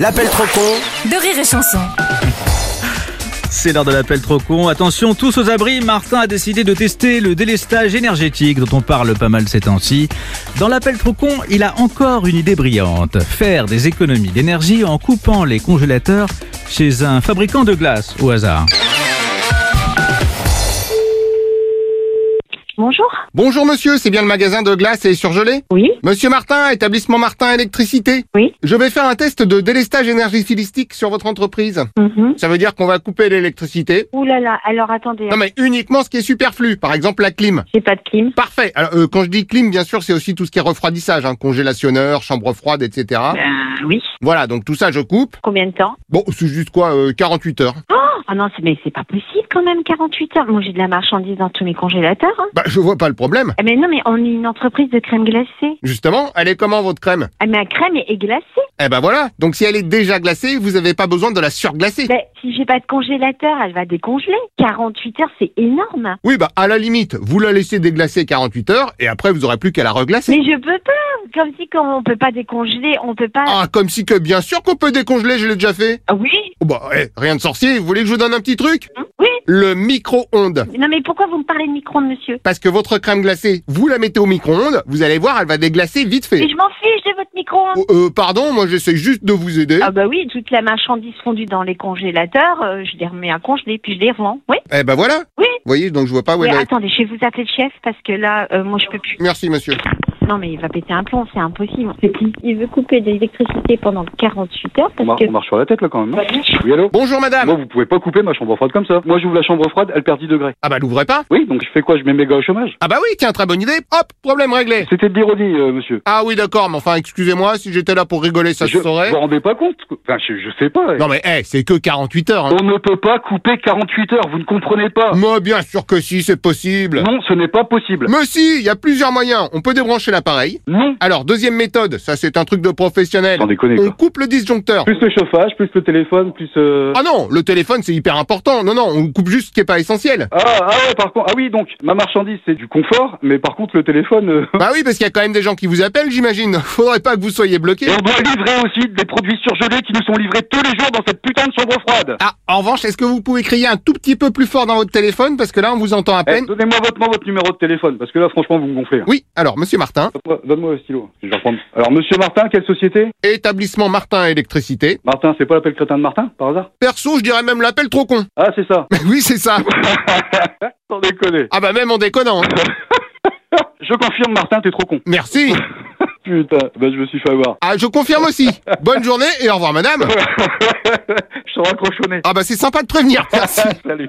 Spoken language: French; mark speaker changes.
Speaker 1: L'appel trop con
Speaker 2: de rire et chanson.
Speaker 3: C'est l'heure de l'appel trop con. Attention, tous aux abris, Martin a décidé de tester le délestage énergétique dont on parle pas mal ces temps-ci. Dans l'appel trop con, il a encore une idée brillante. Faire des économies d'énergie en coupant les congélateurs chez un fabricant de glace au hasard.
Speaker 4: Bonjour.
Speaker 5: Bonjour monsieur, c'est bien le magasin de glace et surgelé
Speaker 4: Oui.
Speaker 5: Monsieur Martin, établissement Martin Électricité.
Speaker 4: Oui.
Speaker 5: Je vais faire un test de délestage énergétique sur votre entreprise.
Speaker 4: Mhm.
Speaker 5: Ça veut dire qu'on va couper l'électricité.
Speaker 4: Ouh là là, alors attendez,
Speaker 5: Non mais uniquement ce qui est superflu, par exemple la clim.
Speaker 4: j'ai pas de clim.
Speaker 5: Parfait. Alors euh, quand je dis clim, bien sûr, c'est aussi tout ce qui est refroidissage, hein, congélationneur, chambre froide, etc.
Speaker 4: Euh, oui.
Speaker 5: Voilà, donc tout ça je coupe.
Speaker 4: Combien de temps
Speaker 5: Bon, c'est juste quoi, euh, 48 heures.
Speaker 4: Ah non, c'est, mais c'est pas possible quand même, 48 heures. Moi j'ai de la marchandise dans tous mes congélateurs. hein.
Speaker 5: Bah je vois pas le problème.
Speaker 4: Ah, mais non, mais on est une entreprise de crème glacée.
Speaker 5: Justement, elle est comment votre crème
Speaker 4: Ah, mais la crème est, est glacée.
Speaker 5: Eh ben voilà. Donc si elle est déjà glacée, vous avez pas besoin de la surglacer.
Speaker 4: Ben, si j'ai pas de congélateur, elle va décongeler. 48 heures, c'est énorme.
Speaker 5: Oui, bah, à la limite, vous la laissez déglacer 48 heures et après, vous aurez plus qu'à la reglacer.
Speaker 4: Mais je peux pas. Comme si quand on peut pas décongeler, on peut pas.
Speaker 5: Ah, comme si que bien sûr qu'on peut décongeler, je l'ai déjà fait.
Speaker 4: Ah oui
Speaker 5: Oh, bah, eh, rien de sorcier, vous voulez que je vous donne un petit truc
Speaker 4: Hein Oui.
Speaker 5: Le micro-ondes.
Speaker 4: Non, mais pourquoi vous me parlez de micro-ondes, monsieur
Speaker 5: Parce que votre crème glacée, vous la mettez au micro-ondes, vous allez voir, elle va déglacer vite
Speaker 4: Mais
Speaker 5: fait.
Speaker 4: je m'en fiche de votre micro-ondes.
Speaker 5: Oh, euh, pardon, moi j'essaie juste de vous aider.
Speaker 4: Ah bah oui, toute la marchandise fondue dans les congélateurs, euh, je les remets à congeler puis je les revends. Oui.
Speaker 5: Eh ben voilà.
Speaker 4: Oui.
Speaker 5: Vous voyez, donc je vois pas où
Speaker 4: Mais
Speaker 5: elle est.
Speaker 4: attendez, je vais vous appeler le chef parce que là, euh, moi je peux plus.
Speaker 5: Merci monsieur.
Speaker 4: Non mais il va péter un plomb, c'est impossible. Il veut couper de l'électricité pendant 48 heures parce
Speaker 6: On, mar-
Speaker 4: que.
Speaker 6: on marche sur la tête là quand même. non oui allô
Speaker 5: Bonjour madame.
Speaker 6: Moi vous pouvez pas couper ma chambre froide comme ça. Moi j'ouvre la chambre froide, elle perd 10 degrés.
Speaker 5: Ah bah l'ouvrez pas.
Speaker 6: Oui donc je fais quoi Je mets mes gars au chômage
Speaker 5: Ah bah oui, tiens, très bonne idée. Hop, problème réglé.
Speaker 6: C'était de l'ironie euh, monsieur.
Speaker 5: Ah oui, d'accord, mais enfin, excusez-moi, si j'étais là pour rigoler, ça
Speaker 6: je,
Speaker 5: se saurait.
Speaker 6: Vous vous rendez pas compte Enfin je, je sais pas.
Speaker 5: Non mais, eh, c'est que 48 heures. hein.
Speaker 6: On ne peut pas couper 48 heures, vous ne comprenez pas.
Speaker 5: Moi, bien sûr que si, c'est possible.
Speaker 6: Non, ce n'est pas possible.
Speaker 5: Mais si, il y a plusieurs moyens. On peut débrancher l'appareil.
Speaker 6: Non.
Speaker 5: Alors, deuxième méthode, ça c'est un truc de professionnel.
Speaker 6: Sans déconner
Speaker 5: On
Speaker 6: quoi.
Speaker 5: coupe le disjoncteur.
Speaker 6: Plus le chauffage, plus le téléphone, plus euh...
Speaker 5: Ah non, le téléphone c'est hyper important. Non, non, on coupe juste ce qui est pas essentiel.
Speaker 6: Ah, ah ouais, par contre, ah oui, donc, ma marchandise, c'est du confort, mais par contre, le téléphone, euh,
Speaker 5: Bah oui, parce qu'il y a quand même des gens qui vous appellent, j'imagine. Faudrait pas que vous soyez bloqué.
Speaker 6: et on doit livrer aussi des produits surgelés qui nous sont livrés tous les jours dans cette putain de chambre froide.
Speaker 5: Ah, en revanche, est-ce que vous pouvez crier un tout petit peu plus fort dans votre téléphone parce que là on vous entend à
Speaker 6: Eh,
Speaker 5: peine
Speaker 6: donnez-moi votre, moi, votre numéro de téléphone, parce que là, franchement, vous me gonflez. hein.
Speaker 5: Oui, alors monsieur Martin,
Speaker 6: Donne-moi donne-moi le stylo, je vais reprendre. Alors, monsieur Martin, quelle société
Speaker 5: établissement Martin électricité.
Speaker 6: Martin, c'est pas l'appel crétin de Martin, par hasard
Speaker 5: Perso, je dirais même l'appel trop con.
Speaker 6: Ah, c'est ça.
Speaker 5: oui, c'est ça.
Speaker 6: Sans déconner.
Speaker 5: Ah bah même en déconnant. hein.
Speaker 6: Je confirme, Martin, t'es trop con.
Speaker 5: Merci.
Speaker 6: Putain, bah, je me suis fait avoir.
Speaker 5: Ah, je confirme aussi. Bonne journée et au revoir, madame.
Speaker 6: je t'en raccrochonné.
Speaker 5: Ah, bah, c'est sympa de prévenir. Merci.
Speaker 6: Salut.